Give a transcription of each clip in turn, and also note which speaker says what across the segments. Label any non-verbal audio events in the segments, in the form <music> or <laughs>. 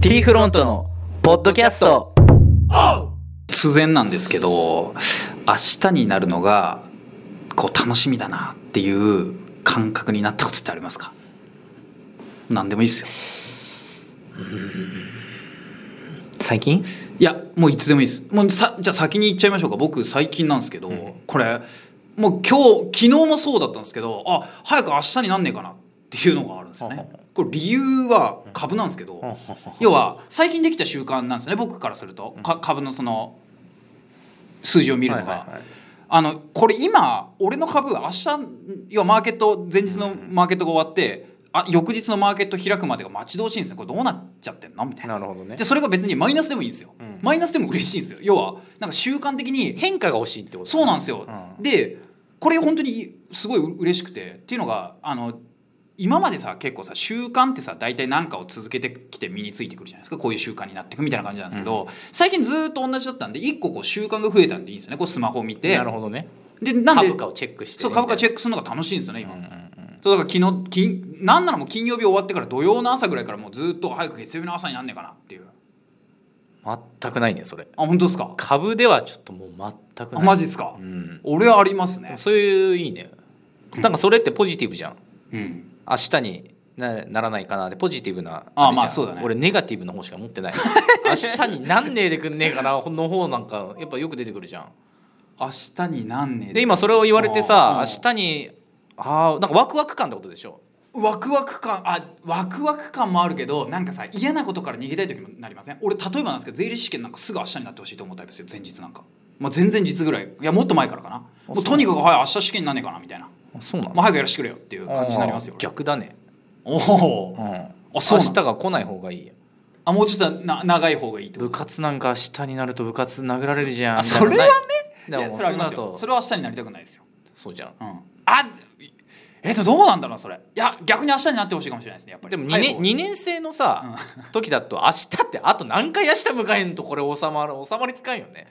Speaker 1: T フロントのポッドキャスト
Speaker 2: 突然なんですけど明日になるのがこう楽しみだなっていう感覚になったことってありますか何でもいいですよ
Speaker 1: 最近
Speaker 2: いやもういつでもいいですもうさじゃあ先に言っちゃいましょうか僕最近なんですけど、これもう今日昨日もそうだったんですけどあ早く明日になんねえかなっていうのがあるんですよ
Speaker 1: ほう
Speaker 2: ね
Speaker 1: ほう
Speaker 2: これ理由は株なんですけど、要は最近できた習慣なんですね僕からするとか株のその数字を見るのが、あのこれ今俺の株明日要はマーケット前日のマーケットが終わって、あ翌日のマーケット開くまでが待ち遠しいんですねこれどうなっちゃってんのみたいな。
Speaker 1: なるほどね
Speaker 2: でそれが別にマイナスでもいいんですよ、
Speaker 1: うん
Speaker 2: マイナスでも嬉しいんですよ要はなんか習慣的に
Speaker 1: 変化が欲しいってこと
Speaker 2: そうなんですよ、
Speaker 1: う
Speaker 2: でこれ本当にすごい嬉しくてっていうのがあの今までさ結構さ習慣ってさ大体何かを続けてきて身についてくるじゃないですかこういう習慣になっていくみたいな感じなんですけど、最近ずーっと同じだったんで一個こう習慣が増えたんでいいんですよねこうスマホを見て
Speaker 1: なるほどね
Speaker 2: でなんで
Speaker 1: 株価をチェックして
Speaker 2: そう株価チ
Speaker 1: ェッ
Speaker 2: ェックするのが楽しいんですよね今、
Speaker 1: ク
Speaker 2: そうだから昨日金なんならもう金曜日終わってから土曜の朝ぐらいからもうずっと早く月曜日の朝になんねえかなっていう
Speaker 1: 全くないねそれ
Speaker 2: あ本当ですか
Speaker 1: 株ではちょっともう全くな
Speaker 2: あ
Speaker 1: い
Speaker 2: マジですか、
Speaker 1: うん
Speaker 2: 俺はありますね
Speaker 1: そういういいねなんかそれってポジティブじゃん
Speaker 2: うん
Speaker 1: 明日になならないかなでポジティブな
Speaker 2: あ
Speaker 1: れじゃん
Speaker 2: まあそうだね
Speaker 1: 俺ネガティブの方しか持って <laughs> ない明日になんねえでくんねえかなの方なんかやっぱよく出てくるじゃん
Speaker 2: 明日になんねえ
Speaker 1: で今それを言われてさ
Speaker 2: あ
Speaker 1: 明日にああなんかワクワク感ってことでしょ
Speaker 2: ワクワク感あワクワク感もあるけどなんかさ嫌なことから逃げたい時もなりません俺例えばなんですけど税理士試験なんかすぐ明日になってほしいと思うタイプですよ前日なんか、まあ、前々日ぐらいいやもっと前からかなもうとにかくはい明日試験になんねえかなみたいな、
Speaker 1: そうな
Speaker 2: まあ、早くやらしてくれよっていう感じになりますよ
Speaker 1: 逆だね、
Speaker 2: おお
Speaker 1: うん、明
Speaker 2: そうなの
Speaker 1: 日が来ない方がいいよ
Speaker 2: あもうちょっとな長い方がいいってこ
Speaker 1: 部
Speaker 2: と
Speaker 1: 活なんか明日になると部活殴られるじゃん
Speaker 2: あそれはね
Speaker 1: みたいなないで
Speaker 2: やそれはあ
Speaker 1: も
Speaker 2: り
Speaker 1: そう
Speaker 2: ます
Speaker 1: なる
Speaker 2: よ
Speaker 1: と
Speaker 2: それは明日になりたくないですよ、
Speaker 1: そうじゃん
Speaker 2: うん、あえっとどうなんだろうそれいや逆に明日になってほしいかもしれないですねやっぱり
Speaker 1: でも2
Speaker 2: 早い方
Speaker 1: 年
Speaker 2: が
Speaker 1: 二年生のさ、時だと明日ってあと何回明日迎えんとこれ収まる収まりつかんよね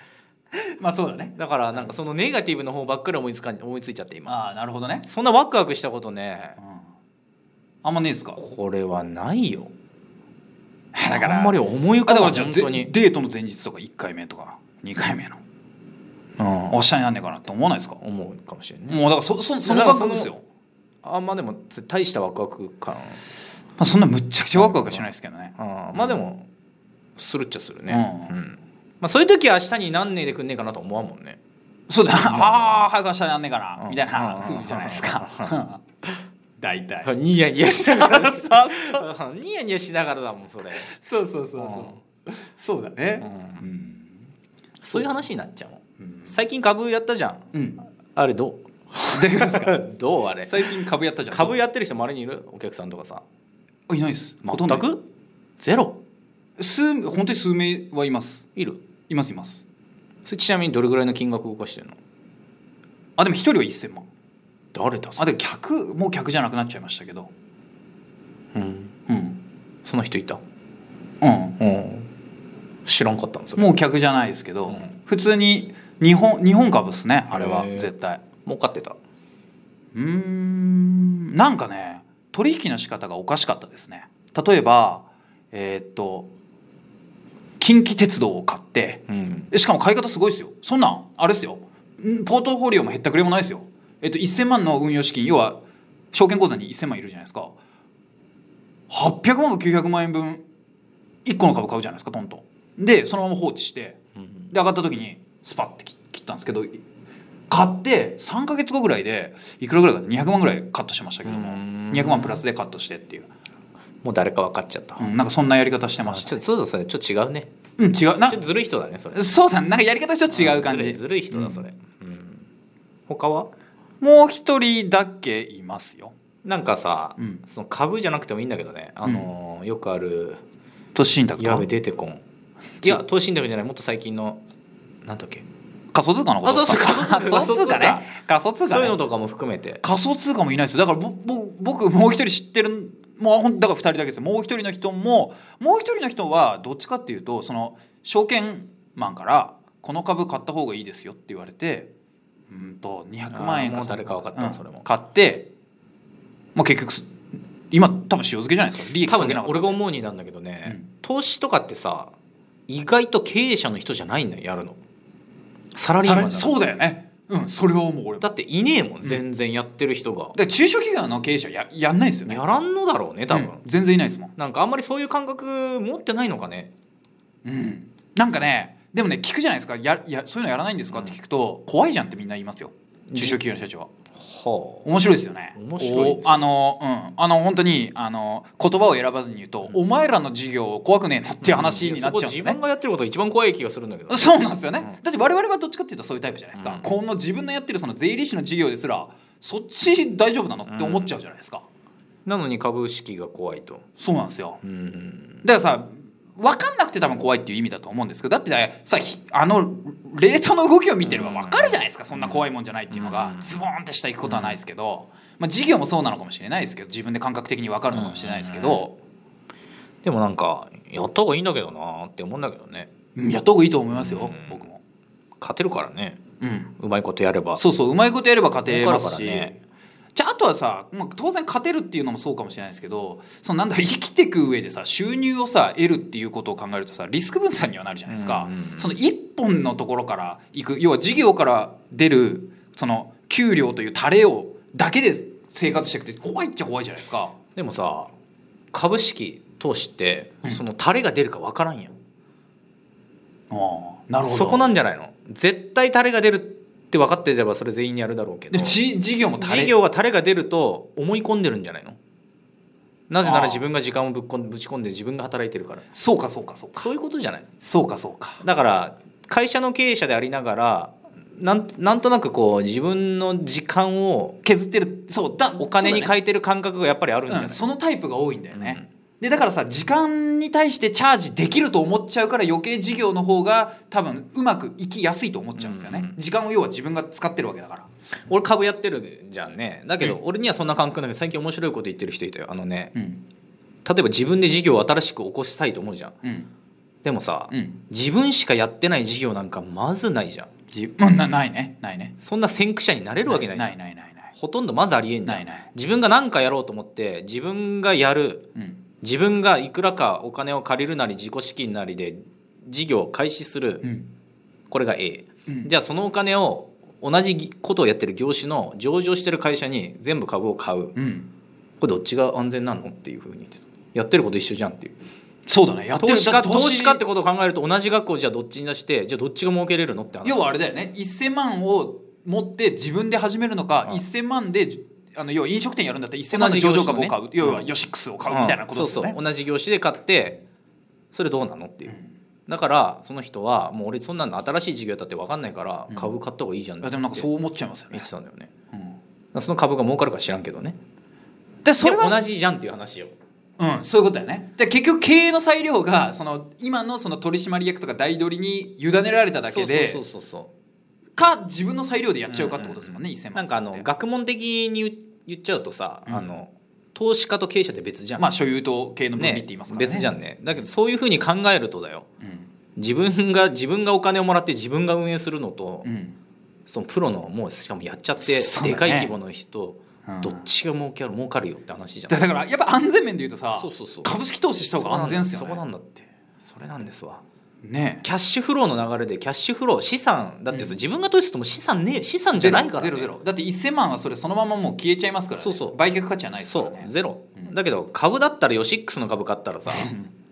Speaker 2: まあそうだね
Speaker 1: だからなんかそのネガティブの方ばっかり思いつかん思いついちゃって今
Speaker 2: ああなるほどね、
Speaker 1: そんなワクワクしたことね
Speaker 2: うん、あんまねえですか
Speaker 1: これはないよ
Speaker 2: だから
Speaker 1: あんまり思い浮
Speaker 2: あ
Speaker 1: か
Speaker 2: だから
Speaker 1: ばない
Speaker 2: じゃあ
Speaker 1: 本
Speaker 2: ぜ
Speaker 1: 当に、
Speaker 2: デートの前日とか1回目とか2回目の
Speaker 1: うん
Speaker 2: 明日になんねえかなって思わないですかも
Speaker 1: 思うかもしれないうね
Speaker 2: だからそそその
Speaker 1: だか
Speaker 2: 感
Speaker 1: らそ
Speaker 2: 覚
Speaker 1: の
Speaker 2: ですよ、
Speaker 1: あんまでもつ大したワクワク感、
Speaker 2: まあ、そんなむっちゃくちゃワクワクはしないですけどね
Speaker 1: うんまあでもするっちゃするね、
Speaker 2: う
Speaker 1: うんんまあ、そういう時は明日になんねえでくんねえかなとは思わんもんね
Speaker 2: そうだな、
Speaker 1: うん
Speaker 2: <laughs> ああ早く明日になんねえかな、
Speaker 1: うん
Speaker 2: みたいな風 <laughs> じゃないですか、大体
Speaker 1: ニヤニヤしながらさニヤニヤしながらだもんそれ、
Speaker 2: そうそうそう
Speaker 1: そ
Speaker 2: そうだね
Speaker 1: うん
Speaker 2: うん
Speaker 1: そういう話になっちゃうもん
Speaker 2: うん、
Speaker 1: 最近株やったじゃん
Speaker 2: うん、
Speaker 1: あれど
Speaker 2: 大丈夫ですか
Speaker 1: う <laughs> どうあれ
Speaker 2: 最近株やったじゃん
Speaker 1: 株やってる人まれにいるお客さんとかさ
Speaker 2: あいないですほとん
Speaker 1: 全
Speaker 2: ど
Speaker 1: くゼロ
Speaker 2: 数本当に数名はいます
Speaker 1: いる
Speaker 2: いますいます
Speaker 1: それちなみにどれぐらいの金額動かしてるの
Speaker 2: あでも1人は1000万
Speaker 1: 誰だそ
Speaker 2: あ
Speaker 1: れ
Speaker 2: でも客もう客じゃなくなっちゃいましたけど
Speaker 1: うん
Speaker 2: うん
Speaker 1: その人いた
Speaker 2: うん
Speaker 1: うん知らんかったんですよ
Speaker 2: もう客じゃないですけど、
Speaker 1: ん
Speaker 2: 普通に日本日本株ですねあれは
Speaker 1: へー
Speaker 2: 絶対
Speaker 1: 儲かってた
Speaker 2: うーんなんかね取引の仕方がおかしかったですね例えばえーっと近畿鉄道を買って
Speaker 1: うん
Speaker 2: えしかも買い方すごいですよそんなんあれですよんポートフォリオも減ったくれもないですよえっと1000万の運用資金要は証券口座に1000万いるじゃないですか800万か900万円分1個の株買うじゃないですかトントンでそのまま放置して
Speaker 1: うん
Speaker 2: で上がった時にスパッて切切ったんですけどい買って3か月後ぐらいでいくらぐらいか200万ぐらいカットしましたけども
Speaker 1: うん
Speaker 2: 200万プラスでカットしてっていう、
Speaker 1: もう誰か分かっちゃった、
Speaker 2: うん、なんかそんなやり方してまし
Speaker 1: ち
Speaker 2: た
Speaker 1: ょっとそうだそれちょっと違うね
Speaker 2: うん違うな
Speaker 1: ちょっとずるい人だねそれ
Speaker 2: そうだねなんかやり方ちょっと違う感
Speaker 1: ずる
Speaker 2: じ
Speaker 1: いずるい人だそれ、うん他は
Speaker 2: もう一人だけいますよ
Speaker 1: なんかさ、
Speaker 2: うん
Speaker 1: その株じゃなくてもいいんだけどね、あのーよくある
Speaker 2: 都市信託
Speaker 1: や
Speaker 2: か
Speaker 1: べ出てこんいや投資信託じゃないもっと最近のなんだっけ
Speaker 2: 仮想通貨のことです
Speaker 1: あそうそう仮想通
Speaker 2: <laughs>
Speaker 1: 貨
Speaker 2: 仮想通貨ね仮想通貨
Speaker 1: そういう
Speaker 2: ね
Speaker 1: のとかも含めて
Speaker 2: 仮想通貨もいないですよだからぼぼ僕もう一人知ってるもうほんだから二人だけですよもう一人の人ももう一人の人はどっちかっていうとその証券マンからこの株買った方がいいですよって言われてうんと200万円
Speaker 1: あーもう誰か分かった
Speaker 2: うん
Speaker 1: それも
Speaker 2: 買って、まあ、結局す今多分塩漬けじゃないですか利益
Speaker 1: 多
Speaker 2: 下
Speaker 1: 分
Speaker 2: げ
Speaker 1: ね
Speaker 2: なかった
Speaker 1: 俺が思うになんだけどね、
Speaker 2: うん
Speaker 1: 投資とかってさ意外と経営者の人じゃないんだよやるのサラリーマンなの
Speaker 2: さらにそうだよねうんそれは思う俺も
Speaker 1: だっていねえもん全然やってる人が、
Speaker 2: で中小企業の経営者ややんないですよね
Speaker 1: やらんのだろうね多分、
Speaker 2: うん全然いないですもん、
Speaker 1: なんかあんまりそういう感覚持ってないのかね
Speaker 2: うん、なんかねでもね聞くじゃないですかややそういうのやらないんですかって聞くと、怖いじゃんってみんな言いますよ中小企業の社長は
Speaker 1: は
Speaker 2: 面白いですよね
Speaker 1: 面白いです
Speaker 2: おあのうんあの本当にあの言葉を選ばずに言うと、お前らの事業怖くねえなっていう話になっちゃうんです
Speaker 1: そ
Speaker 2: よ
Speaker 1: こ自分
Speaker 2: ね、
Speaker 1: がやってることが一番怖い気がするんだけ
Speaker 2: <laughs>
Speaker 1: ど
Speaker 2: そうなんですよね、
Speaker 1: うん
Speaker 2: だって我々はどっちかっていうとそういうタイプじゃないですか、
Speaker 1: うん
Speaker 2: この自分のやってるその税理士の事業ですらそっち大丈夫なのって思っちゃうじゃないですか、
Speaker 1: なのに株式が怖いと
Speaker 2: そうなんですよ
Speaker 1: うん
Speaker 2: だからさ分かんなくて多分怖いっていう意味だと思うんですけどだってねさひあのレートの動きを見てれば分かるじゃないですかそんな怖いもんじゃないっていうのが
Speaker 1: うん
Speaker 2: ズボーンって下行くことはないですけど、まあ、事業もそうなのかもしれないですけど自分で感覚的に分かるのかもしれないですけど、
Speaker 1: でもなんかやった方がいいんだけどなーって思うんだけどね
Speaker 2: うんやった方がいいと思いますよ、
Speaker 1: うん
Speaker 2: 僕も、
Speaker 1: 勝てるからね
Speaker 2: うん、
Speaker 1: うまいことやれば
Speaker 2: そうそううまいことやれば勝てますし、
Speaker 1: 儲かるからね
Speaker 2: じゃああとはさ、まあ、当然勝てるっていうのもそうかもしれないですけどそのなんだ生きてく上でさ収入をさ得るっていうことを考えるとさリスク分散にはなるじゃないですか、
Speaker 1: うんうんうん
Speaker 2: その一本のところから行く要は事業から出るその給料というタレをだけで生活していくって怖いっちゃ怖いじゃないですか
Speaker 1: でもさ株式投資って
Speaker 2: うん
Speaker 1: そのタレが出るかわからんやん、
Speaker 2: ああな
Speaker 1: そこなんじゃないの絶対タレが出るって分かっていればそれ全員やるだろうけ
Speaker 2: で
Speaker 1: ど
Speaker 2: も
Speaker 1: 事
Speaker 2: じ事業もタレ
Speaker 1: 業はタレが出ると思い込んでるんじゃないのなぜな
Speaker 2: あ
Speaker 1: ら
Speaker 2: ー
Speaker 1: 自分が時間をぶっこんぶち込んで自分が働いてるから
Speaker 2: そうかそうかそうか
Speaker 1: そういうことじゃない
Speaker 2: そうかそうか
Speaker 1: だから会社の経営者でありながらなんなんとなくこう自分の時間を
Speaker 2: 削ってるそうだ
Speaker 1: お金
Speaker 2: そう
Speaker 1: に
Speaker 2: だね
Speaker 1: 変えてる感覚がやっぱりあるんじゃ
Speaker 2: う、
Speaker 1: なんい、
Speaker 2: そのタイプが多いんだよね、でだからさ時間に対してチャージできると思っちゃうから余計事業の方が多分うまくいきやすいと思っちゃうんですよね、
Speaker 1: うんうん
Speaker 2: 時間を要は自分が使ってるわけだから
Speaker 1: 俺株やってるじゃんねだけど
Speaker 2: う
Speaker 1: 俺にはそんな感覚ないけど最近面白いこと言ってる人いたよあのね
Speaker 2: うん
Speaker 1: 例えば自分で事業を新しく起こしたいと思うじゃん
Speaker 2: うん
Speaker 1: でもさ、
Speaker 2: うん
Speaker 1: 自分しかやってない事業なんかまずないじゃん
Speaker 2: じうんなないねないね
Speaker 1: そんな先駆者になれるわけないじゃん
Speaker 2: ないないないない
Speaker 1: ほとんどまずありえんじゃん
Speaker 2: ないない
Speaker 1: 自分が何かやろうと思って自分がやる
Speaker 2: うん
Speaker 1: 自分がいくらかお金を借りるなり自己資金なりで事業を開始する、
Speaker 2: うん
Speaker 1: これが A、
Speaker 2: うん
Speaker 1: じゃあそのお金を同じことをやってる業種の上場してる会社に全部株を買う、こ
Speaker 2: うん
Speaker 1: れどっちが安全なのっていうふうに言ってたやってること一緒じゃんっていう
Speaker 2: そうだねやってる
Speaker 1: 投資家
Speaker 2: だ
Speaker 1: 投資家ってことを考えると同じ額をじゃあどっちに出してじゃあどっちが儲けれるのって話
Speaker 2: 要はあれだよね1000万を持って自分で始めるのか、
Speaker 1: うん
Speaker 2: 1000万であの要は飲食店やるんだったら1000万の
Speaker 1: 同じ業
Speaker 2: 上場株
Speaker 1: 種の
Speaker 2: を買う、
Speaker 1: ね
Speaker 2: 要はヨシックスを買うみたいなことですよね、
Speaker 1: うんそうそう同じ業種で買ってそれどうなのっていう、だからその人はもう俺そんなの新しい事業やったって分かんないから株買った方がいいじゃんっ
Speaker 2: い
Speaker 1: て
Speaker 2: やでもなんかそう思っちゃいますよね
Speaker 1: 言っ、てたんだよねだか
Speaker 2: うん
Speaker 1: らその株が儲かるか知らんけどね
Speaker 2: でそ
Speaker 1: そ
Speaker 2: れ
Speaker 1: れ
Speaker 2: は
Speaker 1: 同じじゃんっていう話よ
Speaker 2: うん、そういうことだよね。で結局経営の裁量がその今のその取締役とか大取りに委ねられただけで
Speaker 1: そうそうそうそう
Speaker 2: か自分の裁量でやっちゃうかってことですもんね、1000万。
Speaker 1: なんかあの
Speaker 2: って
Speaker 1: 学問的に言言っちゃうとさ、
Speaker 2: うん
Speaker 1: あの投資家と経営者って別じゃん、
Speaker 2: まあ所有と経営の分離
Speaker 1: ね
Speaker 2: って言いますからね。
Speaker 1: 別じゃんねだけどそういうふうに考えるとだよ
Speaker 2: うん。
Speaker 1: 自分が自分がお金をもらって自分が運営するのと、
Speaker 2: うん。
Speaker 1: そのプロのもうしかもやっちゃって、
Speaker 2: そうだね
Speaker 1: でかい規模の人、
Speaker 2: うん
Speaker 1: どっちが儲ける儲かるよって話じゃん
Speaker 2: だからやっぱ安全面で言うとさ
Speaker 1: そうそうそう
Speaker 2: 株式投資した方が安全ですよ
Speaker 1: そこな
Speaker 2: ね。
Speaker 1: んだってそれなんですわ
Speaker 2: ね
Speaker 1: キャッシュフローの流れでキャッシュフロー資産だってさ、自分が投資しても資産ね資産じゃないから、ね、
Speaker 2: ゼロゼロゼロだって1000万はそれそのままもう消えちゃいますから、ね、
Speaker 1: そうそう
Speaker 2: 売却価値はないですから、
Speaker 1: そ
Speaker 2: ね
Speaker 1: う、ゼロ、
Speaker 2: うん
Speaker 1: だけど株だったらヨシックスの株買ったらさ
Speaker 2: ん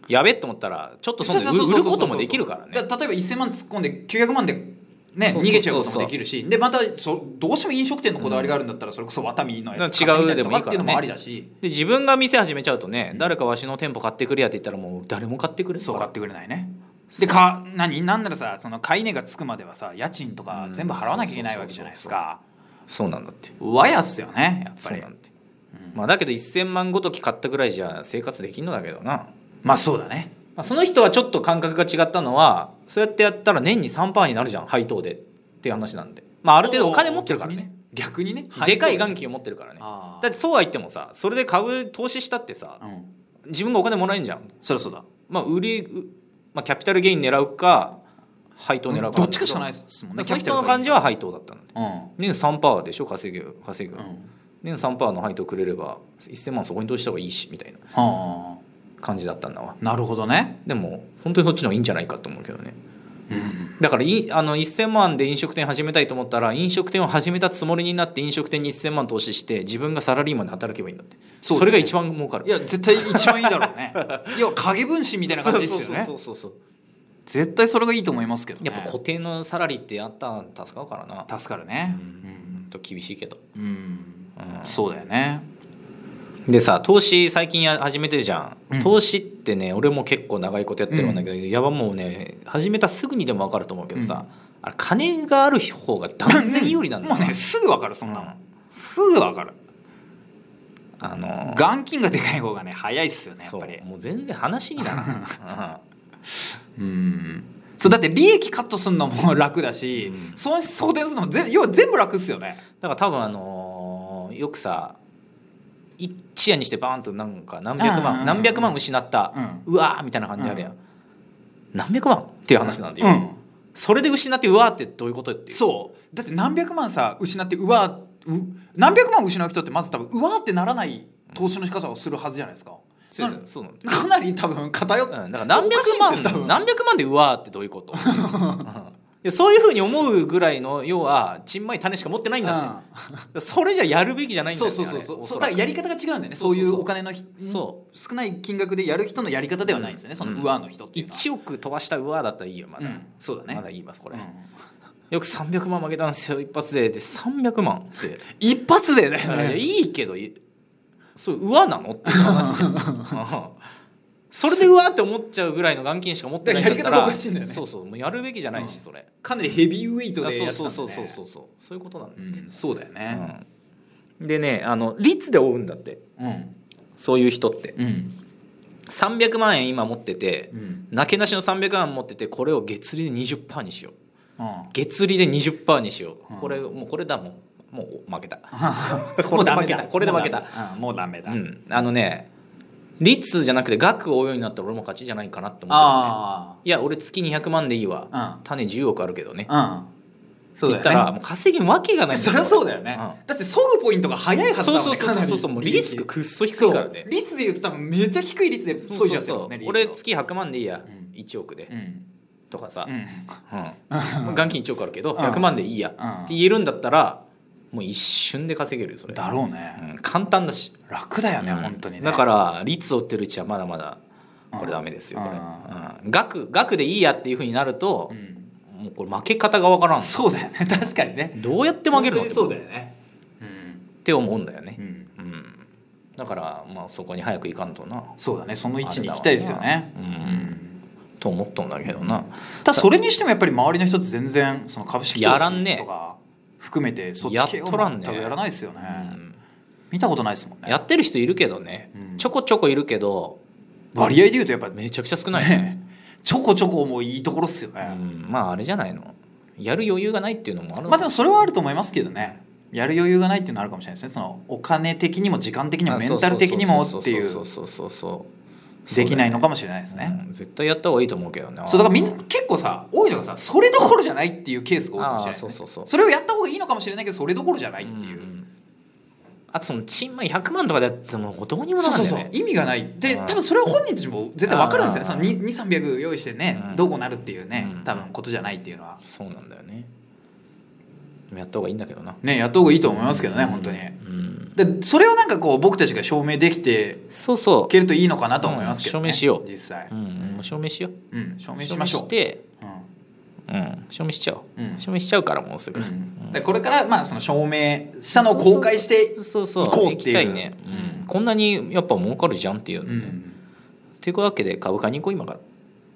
Speaker 1: やべえと思ったらちょっとそんで
Speaker 2: そうそうそう
Speaker 1: 売
Speaker 2: そう
Speaker 1: る
Speaker 2: そう
Speaker 1: こともできるからね
Speaker 2: だ例えば1000万突っ込んで900万でね
Speaker 1: そうそうそうそう
Speaker 2: 逃げちゃうこともできるしでまたそどうしても飲食店のこだわりがあるんだったらそれこそワタミのやつ
Speaker 1: だから違う
Speaker 2: 買ってみたりと
Speaker 1: でもいいか
Speaker 2: ってい
Speaker 1: らね
Speaker 2: うのもありだし
Speaker 1: で自分が店始めちゃうとね、誰かわしの店舗買ってくれやって言ったらもう誰も買ってくれ
Speaker 2: そう買ってくれないねでか何なんならさその買い値がつくまではさ家賃とか
Speaker 1: うん
Speaker 2: 全部払わなきゃいけないわけじゃないですか
Speaker 1: そうなんだって
Speaker 2: わやっすよねやっぱ
Speaker 1: そう
Speaker 2: り
Speaker 1: なんだって、まあだけど1000万ごとき買ったぐらいじゃ生活できんのだけどな、
Speaker 2: まあそうだね
Speaker 1: まあ、その人はちょっと感覚が違ったのはそうやってやったら年に3%になるじゃん配当でっていう話なんでまあある程度お金持ってるからね
Speaker 2: 逆にね
Speaker 1: でかい
Speaker 2: がん
Speaker 1: 元金を持ってるからね
Speaker 2: あー
Speaker 1: だってそうは言ってもさそれで株投資したってさ
Speaker 2: うん
Speaker 1: 自分がお金もらえんじゃん
Speaker 2: そりゃそうだ
Speaker 1: まあ売り、うまあ、キャピタルゲイン狙うか配当狙うか、
Speaker 2: どっちかしかないですすも
Speaker 1: も
Speaker 2: んね
Speaker 1: んねその人の感じは配当だったの
Speaker 2: うん
Speaker 1: 年3%でしょ稼ぐ稼ぐ、
Speaker 2: うん
Speaker 1: 年3%の配当くれれば1000万そこに投資した方がいいしみたいな
Speaker 2: は
Speaker 1: 感じだったんだわ
Speaker 2: あなるほどね
Speaker 1: でも本当にそっちの方がいいんじゃないかと思うけどね
Speaker 2: うん
Speaker 1: だからいあの1000万で飲食店始めたいと思ったら飲食店を始めたつもりになって飲食店に1000万投資して自分がサラリーマンで働けばいいんだって
Speaker 2: そ
Speaker 1: そう
Speaker 2: だね
Speaker 1: れが一番儲かる
Speaker 2: いや絶対一番いいだろ
Speaker 1: <laughs>
Speaker 2: うね要は影分身みたいな感じですよね
Speaker 1: そうそうそうそう
Speaker 2: 絶対それがいいと思いますけどね
Speaker 1: やっぱ固定のサラリーってやったら助かるからな
Speaker 2: 助かるね
Speaker 1: うんと厳しいけど、
Speaker 2: うん、うんそうだよね
Speaker 1: でさ投資最近や始めてるじゃん、
Speaker 2: うん
Speaker 1: 投資ってね俺も結構長いことやってるんだけど、やばもうね始めたすぐにでも分かると思うけどさ、あれ金がある方が断然有利なんだ
Speaker 2: もう
Speaker 1: よ
Speaker 2: ねすぐわかるそんなの、
Speaker 1: うん
Speaker 2: すぐわかる
Speaker 1: あのー
Speaker 2: 眼筋がでかい方がね早いっすよねやっぱり
Speaker 1: そうもう全然話にならない、うん
Speaker 2: うんそうだって利益カットするのも楽だし、
Speaker 1: うん
Speaker 2: 損失補填するのも全要は全部楽っすよね
Speaker 1: だから多分あのーよくさ一夜にしてバーンとなんか何百
Speaker 2: うんうんう
Speaker 1: 万
Speaker 2: ん
Speaker 1: 何百万失った、うわーみたいな感じあるやん、何百万っていう話なんだよ、
Speaker 2: うん
Speaker 1: それで失ってうわーってどういうことっていう
Speaker 2: そうだって何百万さ失ってうわう何百万失う人ってまず多分うわってならない投資の仕方をするはずじゃないですか、
Speaker 1: そうそう
Speaker 2: な
Speaker 1: そうなんだよ
Speaker 2: かなり多分偏っ
Speaker 1: うん
Speaker 2: て、
Speaker 1: だから何
Speaker 2: おかしい
Speaker 1: 百
Speaker 2: んですよ
Speaker 1: 万
Speaker 2: 多分
Speaker 1: 何百万でうわーってどういうこと、うんいやそういうふうに思うぐらいの要はちんまい種しか持ってないんだって、それじゃやるべきじゃないんだ
Speaker 2: そ
Speaker 1: よ
Speaker 2: う
Speaker 1: ね
Speaker 2: そうそうそうそう
Speaker 1: あ
Speaker 2: だ
Speaker 1: れ
Speaker 2: か
Speaker 1: お
Speaker 2: らや
Speaker 1: らく
Speaker 2: り方が違うんだよね
Speaker 1: そ
Speaker 2: そうう
Speaker 1: そう
Speaker 2: い
Speaker 1: そう
Speaker 2: うお金のひ
Speaker 1: そ
Speaker 2: 少ない金額でやる人のやり方ではないんですよねその
Speaker 1: うん
Speaker 2: うわの人っていうのは、
Speaker 1: 1億飛ばしたうわーだったらいいよまだ、
Speaker 2: うんそうだね
Speaker 1: まだ言いますこれ、
Speaker 2: うん
Speaker 1: よく300万負けたんですよ一発でで300万って
Speaker 2: 一発でね
Speaker 1: いやいいけどいそれうわなのっていう話
Speaker 2: <laughs>
Speaker 1: じゃんうんそれでうわって思っちゃうぐらいの眼筋しか持ってないんだった
Speaker 2: だ
Speaker 1: ら
Speaker 2: からやり方がおかしいんだよね
Speaker 1: そうそうもうやるべきじゃないし、
Speaker 2: うん
Speaker 1: それ
Speaker 2: <laughs> かなりヘビーウェイト
Speaker 1: あ
Speaker 2: で
Speaker 1: そ
Speaker 2: や
Speaker 1: う
Speaker 2: ってた
Speaker 1: そ
Speaker 2: ん
Speaker 1: う
Speaker 2: だね
Speaker 1: そうそうそうそうそういうことなんだよ、
Speaker 2: うんそうだよね
Speaker 1: うんでねあの率で追うんだって
Speaker 2: うん
Speaker 1: そういう人って
Speaker 2: うん
Speaker 1: 300万円今持ってて、
Speaker 2: うん
Speaker 1: なけなしの300万持っててこれを月利で20%にしよう
Speaker 2: うん
Speaker 1: 月利で20%にしよう、
Speaker 2: うん
Speaker 1: これもうこれだもんもう負けた
Speaker 2: もうダメ
Speaker 1: これで負けた
Speaker 2: だ
Speaker 1: これで負けた
Speaker 2: もうダメだ、
Speaker 1: う
Speaker 2: うん
Speaker 1: ん、あのね率じゃなくて額を追うようになったら俺も勝ちじゃないかなって思ったよね
Speaker 2: あ
Speaker 1: いや俺月200万でいいわ、
Speaker 2: うん
Speaker 1: 種10億あるけどね、って
Speaker 2: あうんそうだ
Speaker 1: 言
Speaker 2: よね
Speaker 1: ったらもう稼ぎんわけがないん
Speaker 2: そりゃそうだよね、
Speaker 1: う
Speaker 2: だってそぐポイントが早いはずだ
Speaker 1: そう
Speaker 2: もんね
Speaker 1: そうそう
Speaker 2: かなり
Speaker 1: そうそうもうリスクくっそ低
Speaker 2: そ
Speaker 1: いうからね
Speaker 2: 率で言うと多分めちゃ低い率で削いじゃってるもんね
Speaker 1: 俺
Speaker 2: リスク
Speaker 1: 月100万でいいや、
Speaker 2: ん
Speaker 1: 1億で、
Speaker 2: をうん
Speaker 1: とかさ、
Speaker 2: う
Speaker 1: うん
Speaker 2: ん
Speaker 1: 元金1億あるけど、
Speaker 2: ん
Speaker 1: 100万でいいや、
Speaker 2: うん
Speaker 1: って言えるんだったらもう一瞬で稼げるよそれ、
Speaker 2: だろうね、
Speaker 1: うん簡単だし
Speaker 2: 楽だよね、本当にね
Speaker 1: だから率を追ってるうちはまだまだこれダメですよ、
Speaker 2: うん
Speaker 1: これ、
Speaker 2: う
Speaker 1: うん額額でいいやっていうふうになると
Speaker 2: う、ん
Speaker 1: もうこれ負け方がわからん
Speaker 2: そうだよね確かにね
Speaker 1: どうやって負けるの
Speaker 2: 本当にそうだよねうん、
Speaker 1: って思うんだよね
Speaker 2: う、ん、
Speaker 1: うんだからまあそこに早く行かんとな
Speaker 2: そうだねその位置に行きたいですよね
Speaker 1: うん
Speaker 2: うん
Speaker 1: と思っとんだけどな、
Speaker 2: ただそれにしてもやっぱり周りの人って全然その株式投
Speaker 1: やらん
Speaker 2: 資
Speaker 1: ね
Speaker 2: とか含めてそっ
Speaker 1: や
Speaker 2: ち
Speaker 1: っ
Speaker 2: 系を
Speaker 1: とらん
Speaker 2: 全
Speaker 1: ね
Speaker 2: くやらないですよね
Speaker 1: うん
Speaker 2: 見たことないですもんね
Speaker 1: やってる人いるけどね、
Speaker 2: うん
Speaker 1: ちょこちょこいるけど
Speaker 2: 割合で言うとやっぱ
Speaker 1: めちゃくちゃ少ない、
Speaker 2: ねちょこちょこもういいところっすよ
Speaker 1: う
Speaker 2: ね、
Speaker 1: んまああれじゃないのやる余裕がないっていうのもあるの
Speaker 2: まあでもそれはあると思いますけどねやる余裕がないっていうのはあるかもしれないですねそのお金的にも時間的にも
Speaker 1: あ
Speaker 2: メンタル的にも
Speaker 1: そ
Speaker 2: っていう
Speaker 1: そうそうそうそうそう
Speaker 2: できないのかもしれないです
Speaker 1: そうだよね
Speaker 2: ね
Speaker 1: うん絶対やった方がいいと思うけどね
Speaker 2: そうだからみんな結構さ多いのがさそれどころじゃないっていうケースが多いかもしれないですね
Speaker 1: あーそうそうそう
Speaker 2: れをやった方がいいのかもしれないけどそれどころじゃないっていう、
Speaker 1: んあとそのチンマイ100万とかでやってもどうにもな
Speaker 2: そう
Speaker 1: らない
Speaker 2: そう
Speaker 1: んだよ
Speaker 2: そう、
Speaker 1: ね
Speaker 2: 意味がないで
Speaker 1: うん
Speaker 2: 多分それは本人たちも絶対分かるんですよねそ
Speaker 1: あ
Speaker 2: の
Speaker 1: ー
Speaker 2: 2300用意してね、
Speaker 1: うん
Speaker 2: どうこうなるっていうね
Speaker 1: うん
Speaker 2: 多分ことじゃないっていうのは
Speaker 1: そうなんだよねでもやった方がいいんだけどな
Speaker 2: ねやった方がいいと思いますけどね、本当に
Speaker 1: うん
Speaker 2: でそれをなんかこう僕たちが証明できて
Speaker 1: そうそ
Speaker 2: いけるといいのかなと思いますけど、ね
Speaker 1: うん証明しよう
Speaker 2: 実際
Speaker 1: ううんうん証明しよう
Speaker 2: うん、証明しましょう
Speaker 1: て
Speaker 2: う
Speaker 1: うん証明しちゃおう、
Speaker 2: うん
Speaker 1: 証明しちゃうからもうすぐ、
Speaker 2: ん
Speaker 1: うん
Speaker 2: でこれからまあその証明したのを公開して
Speaker 1: そうそう
Speaker 2: 行こうっていう
Speaker 1: 行きたいね、うんこんなにやっぱ儲かるじゃんっていう、
Speaker 2: う
Speaker 1: ね
Speaker 2: ん
Speaker 1: っていうわけで株価に行こう今か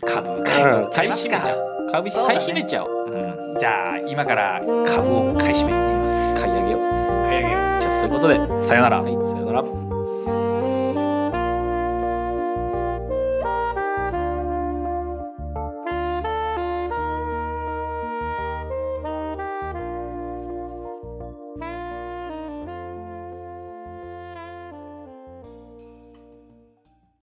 Speaker 1: ら
Speaker 2: 株買いに行っちゃ
Speaker 1: 買
Speaker 2: い
Speaker 1: い
Speaker 2: ます
Speaker 1: 占めちゃ
Speaker 2: か
Speaker 1: おう株式
Speaker 2: そうだ
Speaker 1: 買
Speaker 2: ね
Speaker 1: い占めちゃおう、うん
Speaker 2: じゃあ今から株を買い占めに行ってきます
Speaker 1: 買い上げよう
Speaker 2: 買い上げよ
Speaker 1: じゃあそういうことで
Speaker 2: うさよなら
Speaker 1: はいさよなら